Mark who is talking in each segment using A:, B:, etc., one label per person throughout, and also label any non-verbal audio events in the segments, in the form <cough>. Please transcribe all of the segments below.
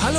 A: Hallo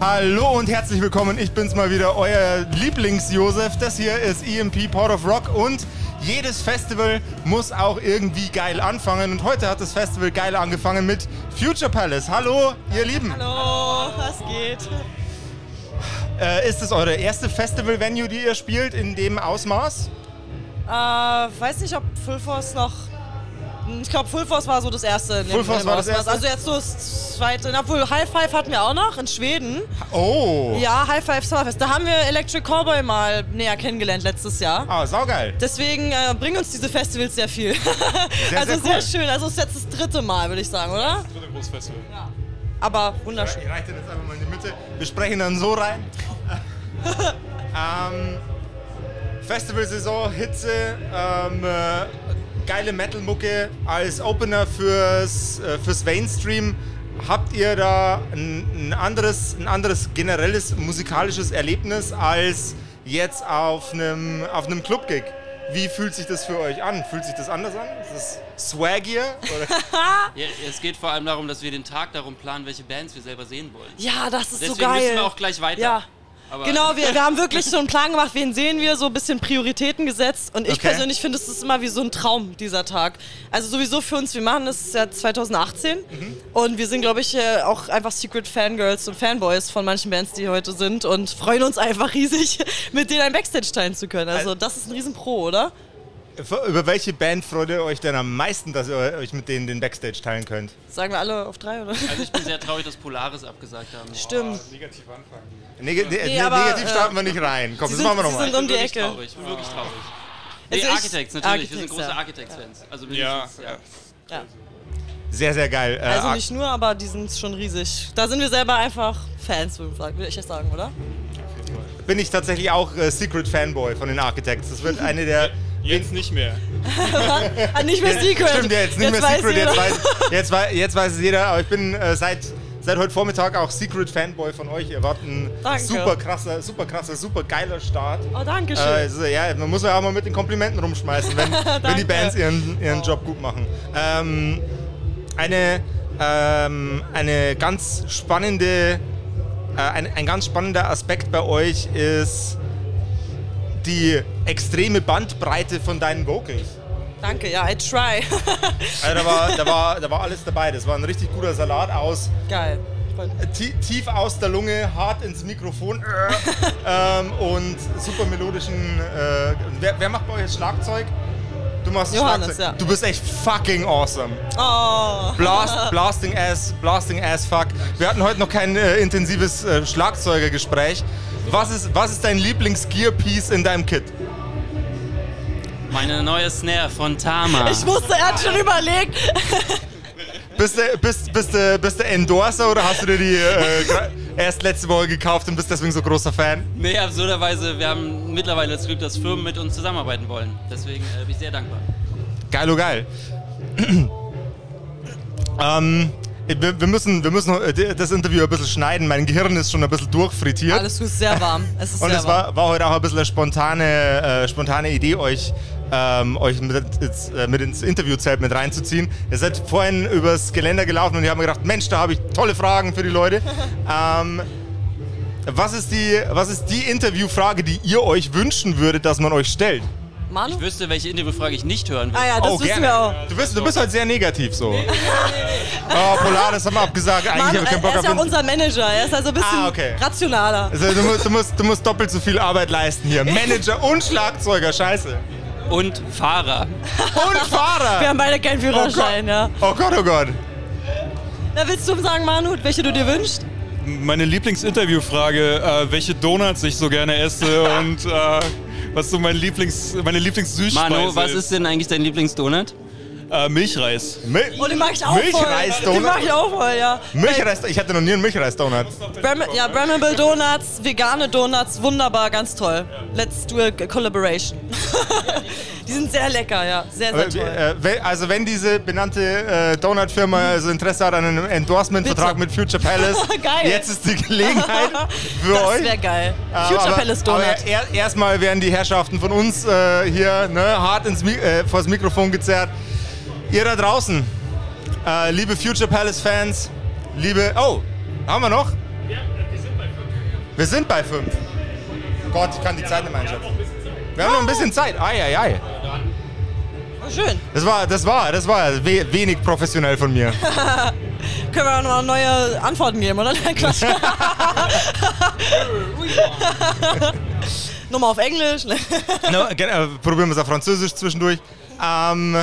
B: Hallo und herzlich willkommen. Ich bin's mal wieder, euer Lieblings-Josef. Das hier ist EMP Port of Rock und jedes Festival muss auch irgendwie geil anfangen. Und heute hat das Festival geil angefangen mit Future Palace. Hallo, ihr Lieben.
C: Hallo, was geht?
B: Äh, ist es eure erste Festival-Venue, die ihr spielt in dem Ausmaß?
C: Äh, weiß nicht, ob Full Force noch. Ich glaube, Full Force war so das erste. in dem-
B: Full Force
C: in dem
B: war das
C: Ausmaß.
B: erste?
C: Also jetzt so das zweite. Na, Obwohl, High Five hatten wir auch noch in Schweden.
B: Oh.
C: Ja, High Five Summerfest. Da haben wir Electric Cowboy mal näher kennengelernt letztes Jahr.
B: Ah, saugeil.
C: Deswegen äh, bringen uns diese Festivals sehr viel. <laughs>
B: Sehr,
C: also
B: sehr
C: sehr
B: cool.
C: schön. Also es ist jetzt das dritte Mal, würde ich sagen, oder?
D: dritte großes Festival.
C: Aber wunderschön.
B: Ich reiche das einfach mal in die Mitte. Wir sprechen dann so rein. ähm, Festivalsaison, Hitze, ähm, äh, geile Metal-Mucke als Opener fürs, äh, fürs Mainstream. Habt ihr da ein, ein, anderes, ein anderes generelles musikalisches Erlebnis als jetzt auf einem, auf einem Club-Gig? Wie fühlt sich das für euch an? Fühlt sich das anders an? Ist das swaggier? Oder?
E: Ja, es geht vor allem darum, dass wir den Tag darum planen, welche Bands wir selber sehen wollen.
C: Ja, das ist
E: Deswegen
C: so geil.
E: müssen wir auch gleich weiter.
C: Ja.
E: Aber
C: Genau, wir, wir
E: <laughs>
C: haben wirklich so einen Plan gemacht, wen sehen wir, so ein bisschen Prioritäten gesetzt. Und ich
B: Okay.
C: persönlich finde, es ist immer wie so ein Traum, dieser Tag. Also sowieso für uns, wir machen das seit 2018.
E: Mhm.
C: Und wir sind, glaube ich, äh, auch einfach Secret Fangirls und Fanboys von manchen Bands, die heute sind. Und freuen uns einfach riesig, <laughs> mit denen ein Backstage teilen zu können. Also das ist ein Riesenpro, oder?
B: Über welche Band freut ihr euch denn am meisten, dass ihr euch mit denen den Backstage teilen könnt?
C: Sagen wir alle auf drei, oder?
E: Also ich bin sehr traurig, dass Polaris abgesagt
C: <laughs>
E: haben.
C: Stimmt.
D: Negativ anfangen.
B: Neg ne ne-
C: aber, äh,
B: negativ starten wir nicht rein. Komm,
C: Sie
B: das
C: sind-
B: machen wir
C: Sie
B: nochmal.
C: sind- um die
E: wirklich
C: Ecke.
E: traurig, ich bin wirklich traurig. Nee,
C: Also ich-
E: Architects, natürlich. wir sind große
C: Architects, ja.
E: Architects-Fans. Also
D: Ja,
E: mindestens, ja.
D: ja.
C: Ja.
B: Sehr, sehr geil. Äh,
C: Also
B: Ar-
C: nicht nur, aber die sind schon riesig. Da sind wir selber einfach Fans, würde ich sagen- würde ich jetzt sagen, oder?
B: bin ich tatsächlich auch äh, Secret Fanboy von den Architects. Das wird eine der.
D: Jetzt nicht mehr.
C: Ah, nicht mehr <laughs> Secret.
B: Stimmt ja jetzt nicht mehr
C: weiß
B: Secret,
C: jeder.
B: jetzt weiß, jetzt, weiß, jetzt weiß es jeder, aber ich bin äh, seit, seit heute Vormittag auch Secret Fanboy von euch. Ihr wart ein
C: Danke.
B: super krasser, super krasser, super geiler Start.
C: Oh, danke schön.
B: Äh, so, ja, man muss ja auch mal mit den Komplimenten rumschmeißen,
C: <laughs>
B: wenn, wenn die
C: Danke.
B: Bands ihren, ihren Job gut machen. Ähm, eine, ähm, eine ganz spannende, äh, ein, ein ganz spannender Aspekt bei euch ist die extreme Bandbreite von deinen Vocals.
C: Danke, ja, I try. <laughs>
B: Also da, war, da, war, da war alles dabei. Das war ein richtig guter Salat aus
C: Geil.
B: ti- tief aus der Lunge, hart ins Mikrofon
C: <laughs>
B: äh, ähm, und super melodischen. Äh, wer, wer macht bei euch jetzt Schlagzeug? Du machst
C: Johannes,
B: Schlagzeug.
C: ja.
B: Du bist echt fucking awesome.
C: Oh. <laughs>
B: Blast, blasting ass, blasting ass fuck. Wir hatten heute noch kein äh, intensives äh, Schlagzeugergespräch. Was ist, was ist dein Lieblings-Gear-Piece in deinem Kit?
E: Meine neue Snare von Tama.
C: Ich wusste, er hat schon überlegt.
B: Bist du, bist, bist, du, bist du Endorser oder hast du dir die
C: <laughs>
B: äh, gra- erst letzte Woche gekauft und bist deswegen so großer Fan?
E: nee, absurderweise, wir haben mittlerweile das Glück, dass Firmen mit uns zusammenarbeiten wollen. Deswegen äh, bin ich sehr dankbar.
B: Geil, oh geil. ähm, wir, wir müssen, wir müssen äh, das Interview ein bisschen schneiden. Mein Gehirn ist schon ein bisschen durchfrittiert.
C: Alles gut, sehr warm. Es ist
B: Und
C: sehr
B: es
C: warm.
B: war, war heute auch ein bisschen eine spontane, äh, spontane Idee, euch, ähm, euch mit, ins, äh, mit ins Interviewzelt mit reinzuziehen. Ihr seid vorhin übers Geländer gelaufen und ich habe mir gedacht, Mensch, da habe ich tolle Fragen für die Leute. ähm, was, ist die, was ist die Interviewfrage, die ihr euch wünschen würdet, dass man euch stellt?
C: Manu?
E: Ich wüsste, welche Interviewfrage ich nicht hören will.
C: Ah ja, das
B: Oh,
C: wissen wir auch.
B: Du bist, du bist halt sehr negativ
C: <laughs>
B: so. Oh, Polaris haben wir abgesagt. Eigentlich
C: Manu,
B: habe ich keinen
C: er, er
B: Bock
C: ist ja auch
B: auf ihn.
C: unser Manager. Er ist also ein bisschen
B: Ah, okay.
C: rationaler.
B: Also, du, musst, du, musst, du musst doppelt so viel Arbeit leisten hier. Manager und Schlagzeuger, scheiße.
E: Und
C: <laughs>
E: Fahrer.
B: Und
C: Wir
B: Fahrer.
C: haben beide keinen Führerschein, ja.
B: Oh Gott, oh Gott.
C: Na, willst du sagen, Manu, welche du dir wünschst?
D: Meine Lieblingsinterviewfrage, äh, welche Donuts ich so gerne esse und äh, was so mein Lieblings, meine Lieblingssüßspeise
E: Manu, was ist denn eigentlich dein Lieblingsdonut?
D: Äh, Milchreis.
B: Mil
C: Oh, den mag ich auch voll. Den mag ich
B: Milchreis-Donut.
C: auch voll, ja.
B: Milchreis ich hatte noch nie einen Milchreis-Donut.
C: Bram ja, Bramble Donuts, vegane Donuts, wunderbar, ganz toll. Let's do a collaboration. <laughs> die sind sehr lecker, ja. Sehr,
B: Aber,
C: sehr toll.
B: äh, we- Also wenn diese benannte äh, Donut-Firma also Interesse hat an einem Endorsement-Vertrag
C: Bitte.
B: mit Future Palace,
C: <laughs> Geil.
B: jetzt ist die Gelegenheit für
C: <laughs> Das
B: euch.
C: wäre geil.
B: Aber-
C: Future
B: aber- eh
C: Palace Donut.
B: Aber er, erstmal werden die Herrschaften von uns äh, hier ne, hart ins Mi äh, vors Mikrofon gezerrt. Ihr da draußen, äh, liebe Future Palace Fans, liebe. Oh, haben wir noch? wir sind bei fünf. Gott, ich kann die Zeit nicht mehr einschätzen. Wir haben noch ein bisschen Zeit. Ei, ei, ei.
C: Oh, Schön.
B: Das war, das war, das war we wenig professionell von mir.
C: Können wir auch noch neue Antworten geben, oder? <laughs>
B: <laughs>
C: Nein, Quatsch. Nochmal auf Englisch. ne?
B: No, gen- äh, probieren wir es auf Französisch zwischendurch. Ähm,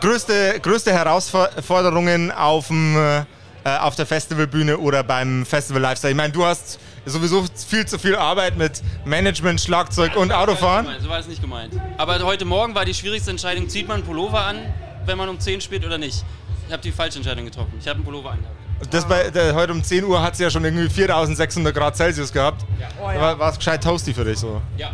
B: größte, größte Herausforderungen auf, dem, äh, auf der Festivalbühne oder beim Festival Lifestyle. Ich meine, du hast sowieso viel zu viel Arbeit mit Management, Schlagzeug und Autofahren.
E: So war es nicht gemeint. Aber heute Morgen war die schwierigste Entscheidung, zieht man einen Pullover an, wenn man um 10 spielt oder nicht. Ich habe die falsche Entscheidung getroffen. Ich habe einen Pullover angehabt.
B: Das bei, der, heute um 10 Uhr hat es ja schon irgendwie 4600 Grad Celsius gehabt.
C: Oh, ja.
B: War es gescheit toasty für dich so.
E: Ja.